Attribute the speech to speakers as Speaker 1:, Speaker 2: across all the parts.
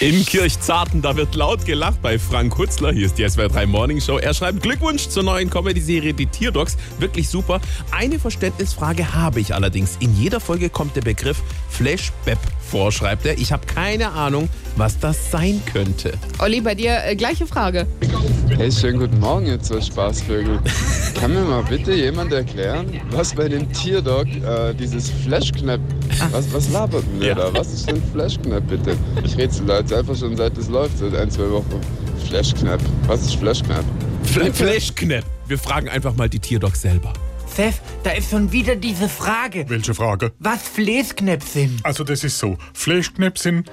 Speaker 1: Im Kirchzarten, da wird laut gelacht bei Frank Hutzler. Hier ist die SWR3 Morning Show. Er schreibt Glückwunsch zur neuen Comedy-Serie Die Tierdocs. Wirklich super. Eine Verständnisfrage habe ich allerdings. In jeder Folge kommt der Begriff Flashback vor, schreibt er. Ich habe keine Ahnung, was das sein könnte.
Speaker 2: Olli, bei dir äh, gleiche Frage.
Speaker 3: Hey, schönen guten Morgen, jetzt so Spaßvögel. Kann mir mal bitte jemand erklären, was bei dem Tierdog äh, dieses Flashknap. Was, was labert denn der
Speaker 1: Ja.
Speaker 3: da? Was ist denn Flashknap bitte? Ich rätsel da jetzt einfach schon seit es läuft, seit ein, zwei Wochen. Flashknap. Was ist Flashknap?
Speaker 1: Fl Flashknepp. Wir fragen einfach mal die Tierdocs selber.
Speaker 4: Seth, da ist schon wieder diese Frage.
Speaker 5: Welche Frage?
Speaker 4: Was Fleesknäpp sind?
Speaker 5: Also das ist so, Fleischknäpp sind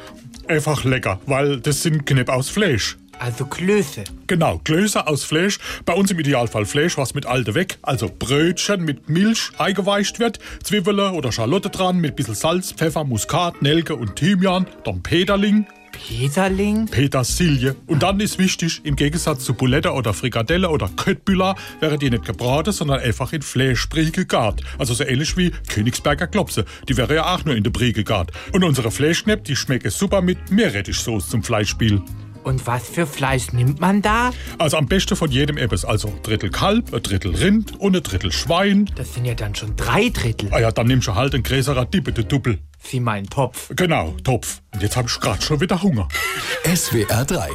Speaker 5: einfach lecker, weil das sind Knäpp aus Fleisch.
Speaker 4: Also Klöße.
Speaker 5: Genau, Klöße aus Fleisch, bei uns im Idealfall Fleisch, was mit Alte weg, also Brötchen mit Milch eingeweicht wird, Zwiebeln oder Schalotte dran, mit bisschen Salz, Pfeffer, Muskat, Nelke und Thymian, dann Peterling,
Speaker 4: Peterling?
Speaker 5: Petersilie. Und dann ist wichtig, im Gegensatz zu Bulette oder Frikadelle oder Köttbüller wäre die nicht gebraten, sondern einfach in Fleischbrie gegart. Also so ähnlich wie Königsberger Klopse. Die wäre ja auch nur in der Brie gegart. Und unsere Fleischknepp, die schmecke super mit Meerrettichsoße zum Fleischspiel.
Speaker 4: Und was für Fleisch nimmt man da?
Speaker 5: Also am besten von jedem etwas. Also ein Drittel Kalb, ein Drittel Rind und ein Drittel Schwein.
Speaker 4: Das sind ja dann schon drei Drittel.
Speaker 5: Ah ja, dann nimmst du halt ein Gräserer Dippe, de Doppel.
Speaker 4: Sie meinen Topf.
Speaker 5: Genau, Topf. Und jetzt hab ich grad schon wieder Hunger.
Speaker 6: SWR 3.